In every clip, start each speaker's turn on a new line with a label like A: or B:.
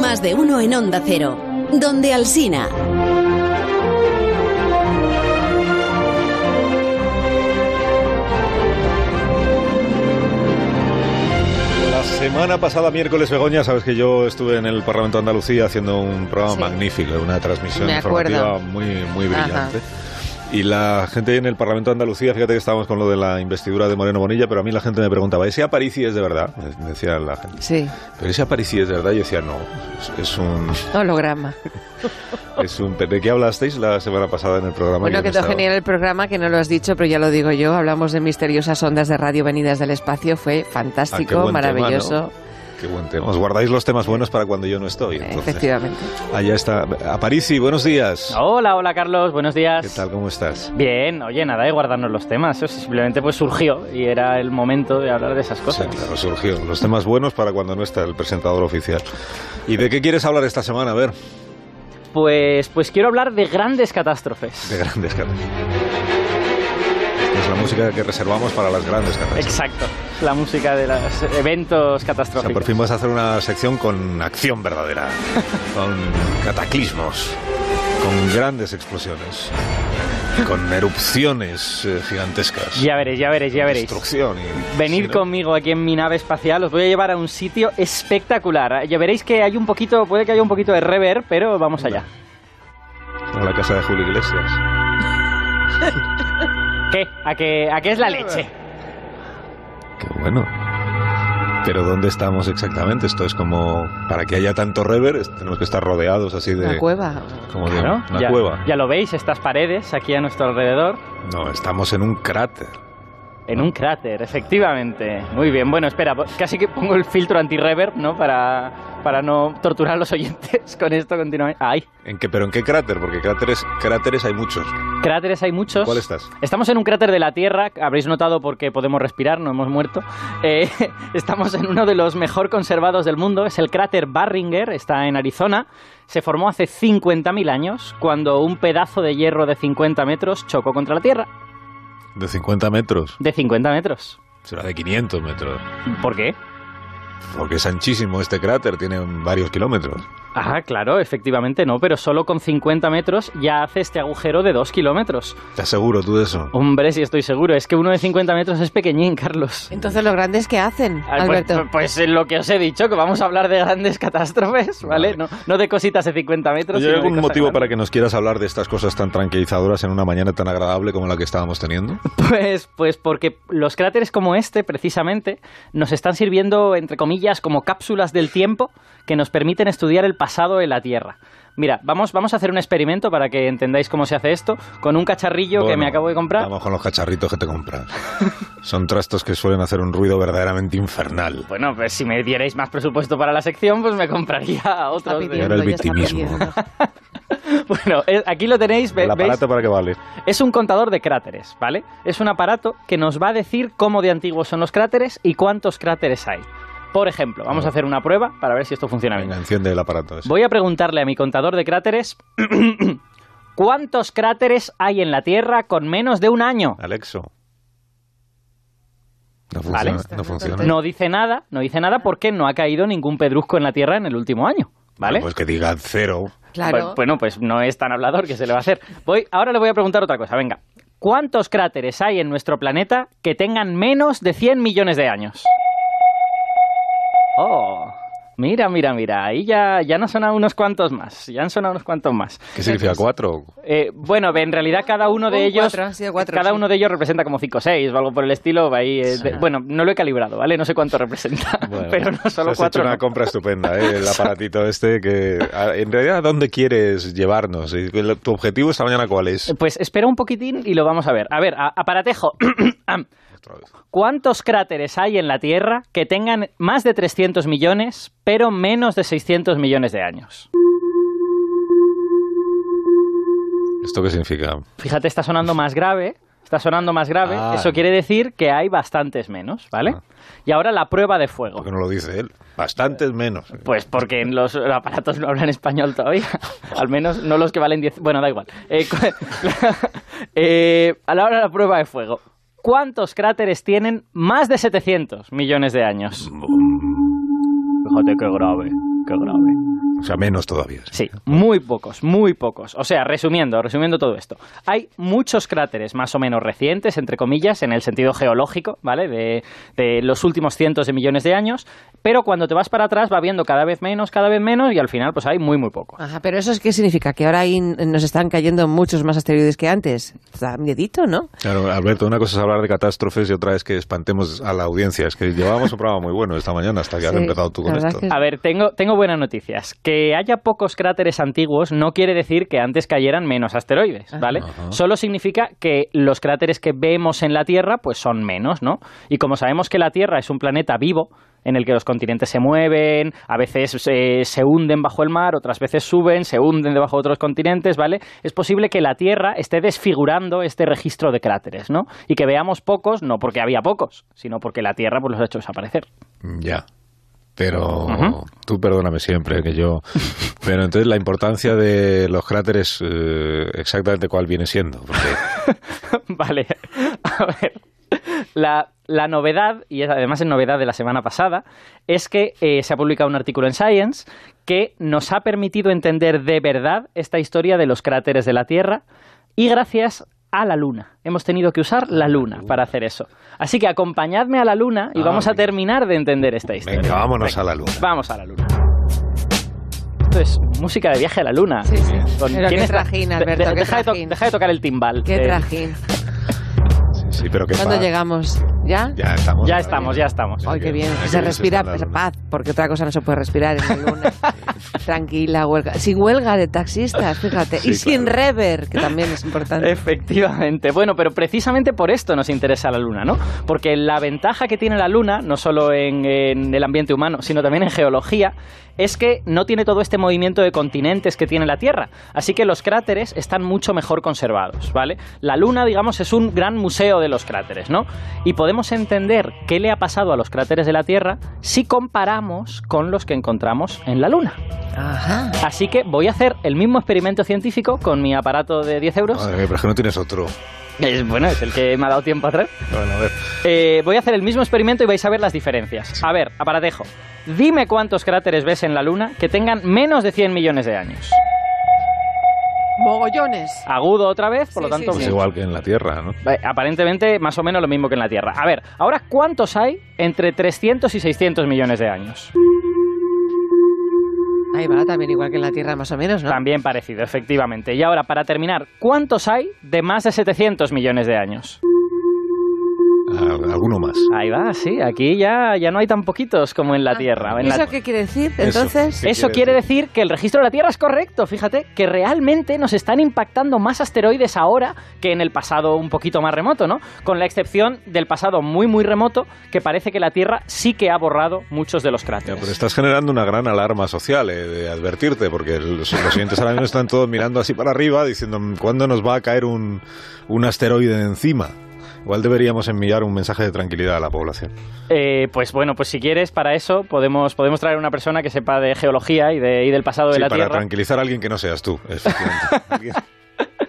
A: Más de uno en Onda Cero. Donde Alsina.
B: La semana pasada, miércoles, Begoña, sabes que yo estuve en el Parlamento de Andalucía haciendo un programa
C: Sí.
B: magnífico, una transmisión
C: Me acuerdo.
B: informativa muy, muy
C: Ajá.
B: brillante. Y la gente en el Parlamento de Andalucía, fíjate que estábamos con lo de la investidura de Moreno Bonilla, pero a mí la gente me preguntaba, ¿ese Aparici es de verdad? Me decía la gente.
C: Sí,
B: ¿Pero ese Aparici es de verdad? Yo decía, no, es, es un,
C: holograma.
B: es un... pe- ¿De qué hablasteis la semana pasada en el programa? yo
C: Bueno,
B: no
C: quedó
B: estaba?
C: genial el programa, que no lo has dicho, pero ya lo digo yo. Hablamos de misteriosas ondas de radio venidas del espacio. Fue
B: Ah, qué buen
C: fantástico,
B: tema,
C: maravilloso.
B: ¿no? Qué buen tema. Os guardáis los temas buenos para cuando yo no estoy. entonces.
C: Efectivamente.
B: Allá está. Aparici, buenos días.
D: Hola, hola Carlos, buenos días.
B: ¿Qué tal? ¿Cómo estás?
D: Bien, oye, nada de guardarnos los temas, eso simplemente pues surgió y era el momento de hablar de esas
B: Sí,
D: cosas.
B: claro, surgió. Los temas buenos para cuando no está el presentador oficial. ¿Y de qué quieres hablar esta semana? A ver,
D: Pues pues quiero hablar de grandes catástrofes.
B: de grandes catástrofes. Es la música que reservamos para las grandes catástrofes.
D: Exacto, la música de los eventos
B: O sea, por
D: catastróficos.
B: fin vas a hacer una sección con acción verdadera, con cataclismos, con grandes explosiones, con erupciones eh, gigantescas.
D: ya veréis, ya veréis, ya veréis.
B: Destrucción. y-
D: Venid
B: sí, ¿no?
D: conmigo aquí en mi nave espacial, os voy a llevar a un sitio espectacular. Ya veréis que hay un poquito, puede que haya un poquito de rever, pero vamos allá.
B: A la casa de Julio Iglesias.
D: ¿Qué? ¿A que, a qué es la leche?
B: Qué bueno. Pero ¿dónde estamos exactamente? Esto es como, para que haya tanto rever, es- tenemos que estar rodeados así de...
C: Una cueva.
B: Como de
D: Claro,
B: una
D: ya,
B: cueva.
D: ya lo veis, estas paredes aquí a nuestro alrededor.
B: No, estamos en un cráter.
D: En un cráter, efectivamente. Muy bien, bueno, espera, po- casi que pongo el filtro anti-reverb, ¿no? Para, para no torturar a los oyentes con esto continuamente. ¡Ay!
B: ¿En qué, ¿Pero en qué cráter? Porque cráteres, cráteres hay muchos.
D: Cráteres hay muchos.
B: ¿Cuál estás?
D: Estamos en un cráter de la Tierra, habréis notado porque podemos respirar, no hemos muerto. Eh, estamos en uno de los mejor conservados del mundo, es el cráter Barringer, está en Arizona. Se formó hace 50.000 años, cuando un pedazo de hierro de 50 metros chocó contra la Tierra.
B: De 50 metros.
D: De 50 metros.
B: Será de 500 metros.
D: ¿Por qué?
B: Porque es anchísimo este cráter, tiene varios kilómetros.
D: Ah, claro, efectivamente no, pero solo con 50 metros ya hace este agujero de 2 kilómetros.
B: ¿Te aseguro tú de eso?
D: Hombre, si estoy seguro, es que uno de 50 metros es pequeñín, Carlos.
C: Entonces, ¿los grandes qué hacen,
D: Ah, pues-
C: Alberto?
D: Pues, eh, lo que os he dicho, que vamos a hablar de grandes catástrofes,
B: Vale.
D: ¿vale? No, no de cositas de 50 metros.
B: ¿Hay
D: sino de
B: algún
D: cosas
B: motivo para
D: grandes.
B: que nos quieras hablar de estas cosas tan tranquilizadoras en una mañana tan agradable como la que estábamos teniendo?
D: Pues, pues porque los cráteres como este, precisamente, nos están sirviendo, entre comillas, como cápsulas del tiempo que nos permiten estudiar el pasado en la Tierra. Mira, vamos, vamos a hacer un experimento para que entendáis cómo se hace esto con un cacharrillo que
B: Bueno,
D: me acabo de comprar.
B: Vamos con los cacharritos que te compras. Son trastos que suelen hacer un ruido verdaderamente infernal.
D: Bueno, pues si me dierais más presupuesto para la sección, pues me compraría
C: Está
D: otros. de-
B: Era
C: pidiendo,
B: el
C: ya está
B: victimismo.
C: pidiendo.
D: Bueno, eh, aquí lo tenéis, ve-
B: ¿El
D: veis.
B: aparato para qué vale?
D: Es un contador de cráteres, ¿vale? Es un aparato que nos va a decir cómo de antiguos son los cráteres y cuántos cráteres hay. Por ejemplo, vamos a hacer una prueba para ver si esto funciona bien.
B: Venga, enciende el aparato ese.
D: Voy a preguntarle a mi contador de cráteres cuántos cráteres hay en la Tierra con menos de un año.
B: Alexo. No
D: Vale.
B: funciona. Ah, No funciona.
D: No dice nada, no dice nada porque no ha caído ningún pedrusco en la Tierra en el último año, ¿vale?
B: Pues que diga cero.
C: Claro.
D: Bu- Bueno, pues no es tan hablador que se le va a hacer. Voy, ahora le voy a preguntar otra cosa, venga. ¿Cuántos cráteres hay en nuestro planeta que tengan menos de 100 millones de años? Oh, mira, mira, mira, ahí ya, ya han sonado unos cuantos más, ya han sonado unos cuantos más.
B: ¿Qué significa cuatro?
D: Eh, bueno, en realidad cada uno de
C: Un
D: ellos,
C: cuatro, han sido cuatro,
D: cada
C: sí.
D: uno de ellos representa como 5 o 6 o algo por el estilo. ahí, eh, de- bueno, no lo he calibrado, ¿vale? No sé cuánto representa, pero no solo
B: Te has
D: cuatro.
B: hecho una
D: no.
B: compra estupenda, ¿eh? el aparatito este que... a- En realidad, ¿a dónde quieres llevarnos? Y el- ¿Tu objetivo esta mañana cuál es?
D: Pues espera un poquitín y lo vamos a ver. A ver, a- aparatejo. Am.
B: Otra vez.
D: ¿Cuántos cráteres hay en la Tierra que tengan más de 300 millones, pero menos de 600 millones de años?
B: ¿Esto qué significa?
D: Fíjate, está sonando más grave. Está sonando más grave.
B: Ah.
D: Eso quiere decir que hay bastantes menos, ¿vale?
B: Ah.
D: Y ahora la prueba de fuego.
B: ¿Por qué no lo dice él? Bastantes menos.
D: Pues porque en los aparatos no hablan español todavía. Al menos no los que valen 10. Bueno, da igual. Eh, cu- eh, a la hora de la prueba de fuego. ¿Cuántos cráteres tienen más de 700 millones de años? Fíjate qué grave, qué grave.
B: O sea, menos todavía.
D: Sí, muy pocos, muy pocos. O sea, resumiendo, resumiendo todo esto. Hay muchos cráteres más o menos recientes, entre comillas, en el sentido geológico, ¿vale? De, de los últimos cientos de millones de años, pero cuando te vas para atrás va viendo cada vez menos, cada vez menos y al final pues hay muy, muy poco.
C: Ajá, pero eso es qué significa que ahora ahí nos están cayendo muchos más asteroides que antes. Da miedito, ¿no?
B: Claro, Alberto, una cosa es hablar de catástrofes y otra es que espantemos a la audiencia. Es que llevábamos un programa muy bueno esta mañana hasta que has
C: Sí,
B: empezado tú con
C: la verdad
B: esto.
C: que-
D: A ver, tengo, tengo buenas noticias. Que haya pocos cráteres antiguos no quiere decir que antes cayeran menos asteroides, ¿vale?
B: Ajá.
D: Solo significa que los cráteres que vemos en la Tierra pues son menos, ¿no? Y como sabemos que la Tierra es un planeta vivo, en el que los continentes se mueven, a veces se, se hunden bajo el mar, otras veces suben, se hunden debajo de otros continentes, ¿vale? Es posible que la Tierra esté desfigurando este registro de cráteres, ¿no? Y que veamos pocos, no porque había pocos, sino porque la Tierra pues, los ha hecho desaparecer.
B: Ya. Pero
D: Ujú.
B: tú perdóname siempre que yo. Pero entonces la importancia de los cráteres, eh, exactamente cuál viene siendo. Porque
D: Vale. A ver. La, la novedad, y es- además es novedad de la semana pasada, es que eh, se ha publicado un artículo en Science que nos ha permitido entender de verdad esta historia de los cráteres de la Tierra y gracias a la Luna. Hemos tenido que usar la Luna para hacer eso. Así que acompañadme a la Luna y
B: Ah,
D: vamos a
B: venga.
D: terminar de entender esta historia.
B: venga, vámonos a la luna.
D: Vamos a la Luna. Esto es música de viaje a la Luna.
C: Sí, sí.
D: Con-
C: Pero
D: ¿quién
C: qué
D: está-
C: trajín,
D: de- de-
C: Alberto, qué
D: deja, de to-
C: trajín.
D: deja de tocar el timbal.
C: Qué
D: Eh,
C: trajín.
B: Sí, sí, pero que
C: ¿Cuándo
B: pa-
C: llegamos? ¿Ya?
B: Ya estamos.
D: Ya estamos, ya estamos.
C: Ay, qué bien.
B: Aquí
C: Se
B: se
C: respira
B: está la luna.
C: paz, porque otra cosa no se puede respirar en la luna. Tranquila, huelga. Sin huelga de taxistas, fíjate.
B: Sí,
C: y sin
B: claro.
C: rever, que también es
D: Eh.
C: importante.
D: Efectivamente. Bueno, pero precisamente por esto nos interesa la Luna, ¿no? Porque la ventaja que tiene la Luna, no solo en, en el ambiente humano, sino también en geología, es que no tiene todo este movimiento de continentes que tiene la Tierra. Así que los cráteres están mucho mejor conservados, ¿vale? La Luna, digamos, es un gran museo de los cráteres, ¿no? Y podemos entender qué le ha pasado a los cráteres de la Tierra si comparamos con los que encontramos en la Luna.
C: Ajá.
D: Así que voy a hacer el mismo experimento científico con mi aparato de 10 euros.
B: Madre mía, pero es que no tienes otro.
D: Es- bueno, es el que me ha dado tiempo a traer.
B: Bueno, a ver.
D: Eh, voy a hacer el mismo experimento y vais a ver las diferencias. A ver, aparatejo. Dime cuántos cráteres ves en la Luna que tengan menos de 100 millones de años.
C: Mogollones.
D: Agudo otra vez, por lo
C: Sí,
D: tanto...
C: sí,
B: Pues
C: sí.
B: igual que en la Tierra, ¿no?
D: eh, Aparentemente más o menos lo mismo que en la Tierra. A ver, ahora cuántos hay entre 300 y 600 millones de años.
C: Ahí va, también igual que en la Tierra, más o menos, ¿no?
D: También parecido, efectivamente. Y ahora, para terminar, ¿cuántos hay de más de 700 millones de años?
B: Al- Alguno más.
D: Ahí va, sí, aquí ya, ya no hay tan poquitos como en la Tierra. En la-
C: ¿Eso qué quiere decir, entonces?
B: ¿Qué
D: Eso
B: quiere
D: quiere decir que el registro de la Tierra es correcto, fíjate, que realmente nos están impactando más asteroides ahora que en el pasado un poquito más remoto, ¿no? Con la excepción del pasado muy muy remoto, que parece que la Tierra sí que ha borrado muchos de los
B: Ya, pero
D: cráteres.
B: estás generando una gran alarma social eh, de advertirte, porque los, los oyentes ahora mismo están todos mirando así para arriba, diciendo "Mm, ¿cuándo nos va a caer un, un asteroide encima? Igual deberíamos enviar un mensaje de tranquilidad a la población.
D: Eh, pues bueno, pues si quieres, para eso podemos, podemos traer una persona que sepa de geología y, de, y del pasado de
B: Sí,
D: la
B: para
D: Tierra.
B: tranquilizar a alguien que no seas tú, efectivamente. Alguien que-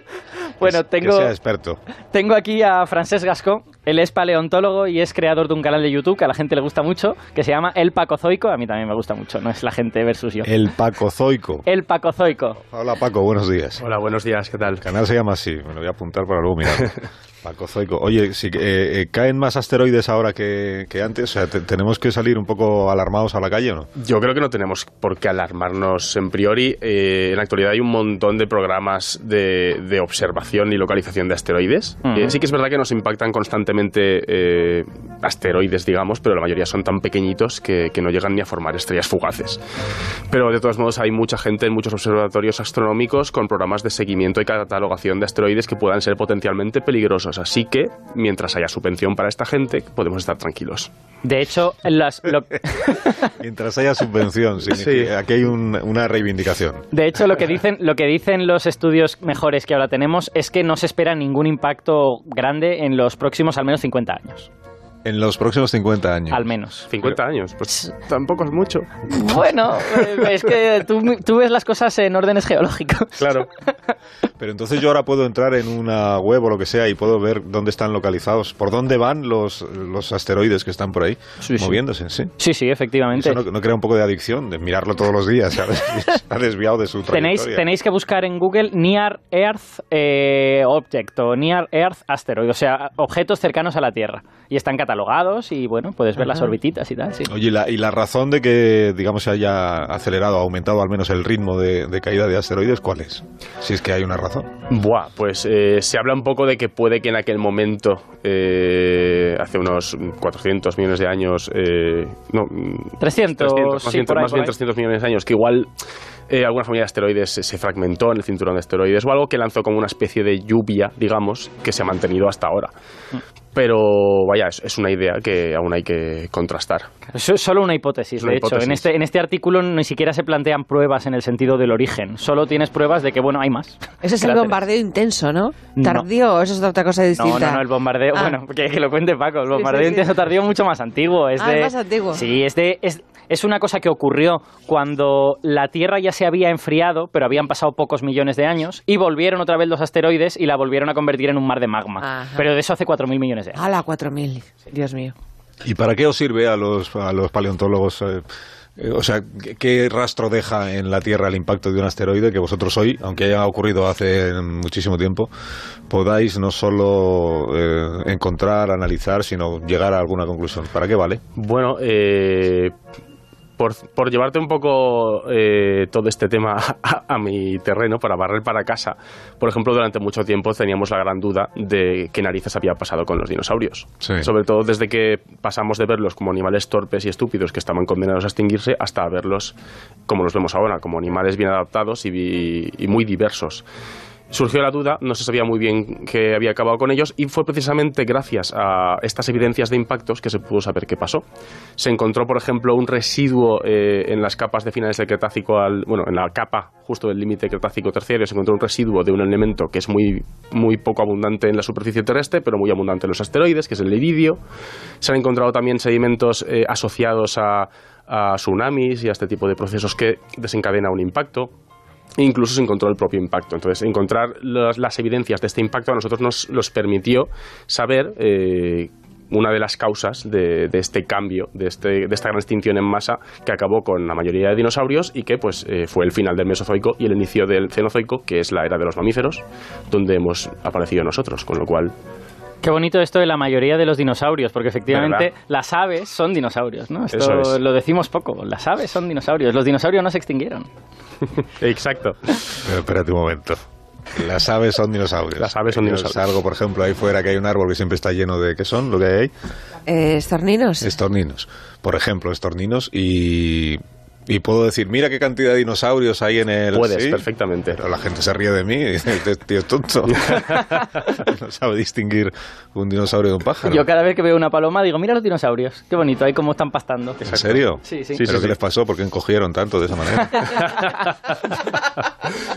D: Bueno,
B: Que
D: tengo-
B: sea experto.
D: Tengo aquí a Francesc Gasco, él es paleontólogo y es creador de un canal de YouTube que a la gente le gusta mucho, que se llama El Pacozoico, a mí también me gusta mucho, no es la gente versus yo.
B: El Paco Zoico.
D: El Pacozoico.
B: Hola Paco, buenos días.
E: Hola, buenos días, ¿qué tal?
B: El canal se llama así, me lo voy a apuntar para luego mirar. Paco Zoico. Oye, si, eh, eh, ¿caen más asteroides ahora que, que antes? O sea, ¿te- ¿tenemos que salir un poco alarmados a la calle o no?
E: Yo creo que no tenemos por qué alarmarnos en priori. Eh, en la actualidad hay un montón de programas de, de observación y localización de asteroides.
D: Ujú.
E: Eh, sí que es verdad que nos impactan constantemente eh, asteroides, digamos, pero la mayoría son tan pequeñitos que, que no llegan ni a formar estrellas fugaces. Pero de todos modos hay mucha gente en muchos observatorios astronómicos con programas de seguimiento y catalogación de asteroides que puedan ser potencialmente peligrosos. Así que, mientras haya subvención para esta gente, podemos estar tranquilos.
D: De hecho, las- lo,
B: Mientras haya subvención, sí,
E: Sí.
B: aquí hay un- una reivindicación.
D: de hecho lo, que dicen, lo que dicen los estudios mejores que ahora tenemos es que no se espera ningún impacto grande en los próximos al menos 50 años.
B: En los próximos 50 años.
D: Al menos.
E: 50 años, pues tampoco es mucho.
D: Bueno, eh, es que tú, tú ves las cosas en órdenes geológicos.
E: Claro.
B: Pero entonces yo ahora puedo entrar en una web o lo que sea y puedo ver dónde están localizados, por dónde van los, los asteroides que están por ahí
D: Sí, sí.
B: moviéndose, ¿sí?
D: Sí, sí, efectivamente.
B: Eso no, no crea un poco de adicción, de mirarlo todos los días, ¿sabes? Está desviado de su
D: Tenéis,
B: trayectoria.
D: tenéis que buscar en Google Near Earth eh, Object o Near Earth Asteroid, o sea, objetos cercanos a la Tierra. Y están catalogados y, bueno, puedes ver las orbititas y tal. sí.
B: Oye, y la, y la razón de que, digamos, se haya acelerado, aumentado al menos el ritmo de, de caída de asteroides, ¿cuál es? Si es que hay una razón.
E: Buah, pues eh, se habla un poco de que puede que en aquel momento, eh, hace unos 400 millones de años, eh, no,
D: 300,
E: mm, 300, más,
D: sí,
E: bien,
D: por ahí,
E: más
D: por
E: bien
D: ahí.
E: 300 millones de años, que igual eh, alguna familia de asteroides se, se fragmentó en el cinturón de asteroides o algo que lanzó como una especie de lluvia, digamos, que se ha mantenido hasta ahora.
D: Mm.
E: Pero vaya, es, es una idea que aún hay que contrastar.
D: Eso es solo una hipótesis,
E: Es una
D: de hecho. En
E: hipótesis.
D: este, en este artículo ni siquiera se plantean pruebas en el sentido del origen. Solo tienes pruebas de que, bueno, hay más.
C: Ese es el
D: Cráteres.
C: bombardeo intenso, ¿no?
D: No.
C: Tardío, eso es otra cosa
D: No,
C: distinta.
D: no, no, el bombardeo.
C: Ah.
D: Bueno, que, que lo cuente Paco. El
C: sí,
D: bombardeo
C: sí.
D: intenso tardío mucho más antiguo. Es
C: Ah,
D: de-
C: es más antiguo.
D: Sí, es de. Es, es una cosa que ocurrió cuando la Tierra ya se había enfriado, pero habían pasado pocos millones de años, y volvieron otra vez los asteroides y la volvieron a convertir en un mar de magma.
C: Ajá. Ah.
D: Pero de eso hace 4.000 millones de años.
C: ¡Hala, 4.000! Dios mío.
B: ¿Y para qué os sirve a los, a los paleontólogos? eh, eh, o sea, ¿qué, qué rastro deja en la Tierra el impacto de un asteroide que vosotros hoy, aunque haya ocurrido hace muchísimo tiempo, podáis no solo eh, encontrar, analizar, sino llegar a alguna conclusión? ¿Para qué vale?
E: Bueno, eh, por, por llevarte un poco eh, todo este tema a, a mi terreno, para barrer para casa, por ejemplo, durante mucho tiempo teníamos la gran duda de qué narices había pasado con los dinosaurios.
B: Sí.
E: Sobre todo desde que pasamos de verlos como animales torpes y estúpidos que estaban condenados a extinguirse hasta verlos como los vemos ahora, como animales bien adaptados y, vi- y muy diversos. Surgió la duda, no se sabía muy bien qué había acabado con ellos y fue precisamente gracias a estas evidencias de impactos que se pudo saber qué pasó. Se encontró, por ejemplo, un residuo eh, en las capas de finales del Cretácico, al, bueno, en la capa justo del límite Cretácico-Terciario, se encontró un residuo de un elemento que es muy, muy poco abundante en la superficie terrestre, pero muy abundante en los asteroides, que es el iridio. Se han encontrado también sedimentos eh, asociados a, a tsunamis y a este tipo de procesos que desencadena un impacto. E incluso se encontró el propio impacto. Entonces, encontrar las, las evidencias de este impacto a nosotros nos los permitió saber eh, una de las causas de, de este cambio, de, este- de esta gran extinción en masa que acabó con la mayoría de dinosaurios y que pues, eh, fue el final del Mesozoico y el inicio del Cenozoico, que es la era de los mamíferos, donde hemos aparecido nosotros. Con lo cual,
D: Qué bonito esto de la mayoría de los dinosaurios, porque efectivamente
E: ¿Verdad?
D: las aves son dinosaurios, ¿no? Esto
E: Eso es.
D: lo decimos poco. Las aves son dinosaurios. Los dinosaurios no se extinguieron.
E: exacto.
B: Pero espérate un momento. Las aves son dinosaurios.
E: Las aves son
B: Yo
E: dinosaurios.
B: Salgo, por ejemplo, ahí fuera que hay un árbol que siempre está lleno de... ¿Qué son? Lo que hay ahí.
C: Eh, ¿Estorninos?
B: Estorninos. Por ejemplo, estorninos y... Y puedo decir, mira qué cantidad de dinosaurios hay en el...
E: Puedes,
B: Sí,
E: perfectamente.
B: Pero la gente se ríe de mí y dice, este tío es tonto. no sabe distinguir un dinosaurio de un pájaro.
D: Yo cada vez que veo una paloma digo, mira los dinosaurios, qué bonito, ahí cómo están pastando.
B: ¿En serio?
D: Sí, sí.
E: Sí,
B: ¿Pero
E: sí,
B: qué
E: sí.
B: les pasó? ¿Por qué encogieron tanto de esa manera?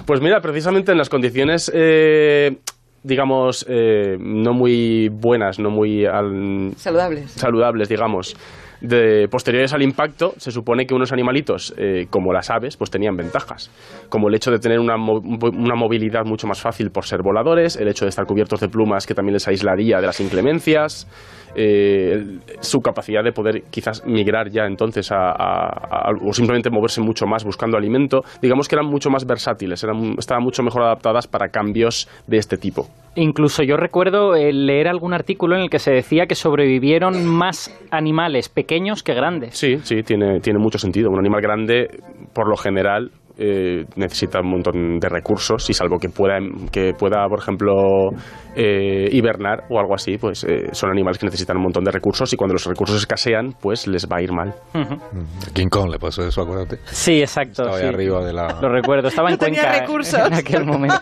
E: Pues mira, precisamente en las condiciones, eh, digamos, eh, no muy buenas, no muy al-
C: Saludables.
E: saludables, digamos, de posteriores al impacto, se supone que unos animalitos, eh, como las aves, pues tenían ventajas. Como el hecho de tener una, mo- una movilidad mucho más fácil por ser voladores, el hecho de estar cubiertos de plumas que también les aislaría de las inclemencias, eh, el- su capacidad de poder quizás migrar ya entonces a, a- a- o simplemente moverse mucho más buscando alimento. Digamos que eran mucho más versátiles, eran, estaban mucho mejor adaptadas para cambios de este tipo.
D: Incluso yo recuerdo eh, leer algún artículo en el que se decía que sobrevivieron más animales pequeños que grandes.
E: Sí, sí, tiene, tiene mucho sentido. Un animal grande, por lo general, eh, necesita un montón de recursos y salvo que pueda, que pueda por ejemplo, eh, hibernar o algo así, pues eh, son animales que necesitan un montón de recursos y cuando los recursos escasean, pues les va a ir mal.
D: Ujú.
B: A King Kong le pasó eso, acuérdate.
D: Sí, exacto.
B: Estaba ahí
D: sí.
B: arriba de
D: Lo
B: la...
D: recuerdo, estaba en
C: No tenía
D: Cuenca eh,
C: recursos.
D: en aquel momento.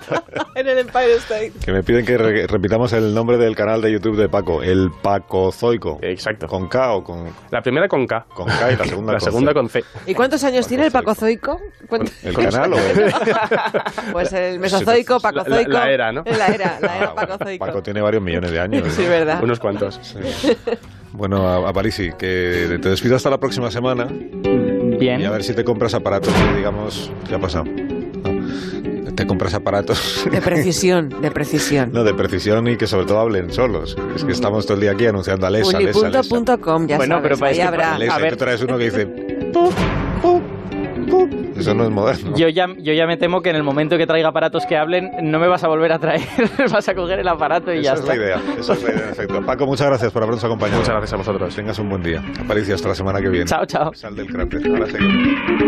C: en el Empire State.
B: Que me piden que re- repitamos el nombre del canal de YouTube de Paco. El Pacozoico.
E: Exacto.
B: ¿Con K o con...?
E: La primera con K.
B: Con K y la segunda
E: La
B: con
E: segunda
B: C.
E: con C.
C: ¿Y cuántos años tiene el Pacozoico? ¿Cuánto-
B: ¿El canal o el...?
C: Pues el Mesozoico,
E: La- la-
C: Pacozoico.
E: la era, ¿no?
C: La era, la
B: Ah,
C: era
B: bueno,
C: Pacozoico.
B: Paco tiene varios millones de años.
C: Sí, verdad.
E: Unos cuantos.
B: Bueno, a, a Parisi, que te despido hasta la próxima semana
D: Bien.
B: y a ver si te compras aparatos que digamos, ¿qué ha pasado? Ah, te compras aparatos
C: De precisión, de precisión.
B: no de precisión y que sobre todo hablen solos. Es que estamos todo el día aquí anunciando a Alexa, Alexa, Alexa.
C: Unipunto.com, ya
D: Bueno,
C: sabes,
D: pero
C: ahí
D: parece que
C: habrá.
D: para- este
B: Alexa,
D: A
B: y
D: ver.
B: tú traes uno que dice... "Pup, pup, pup". Eso no es moderno.
D: Yo ya, yo ya me temo que en el momento que traiga aparatos que hablen, no me vas a volver a traer, vas a coger el aparato y
B: Esa
D: ya
B: es
D: está.
B: la idea, esa es la idea, en efecto. Paco, muchas gracias por habernos acompañado.
E: Muchas gracias a vosotros.
B: Tengas un buen día. Aparicio, hasta la semana que viene.
D: Chao, chao.
B: Sal del cráter. Ahora seguimos.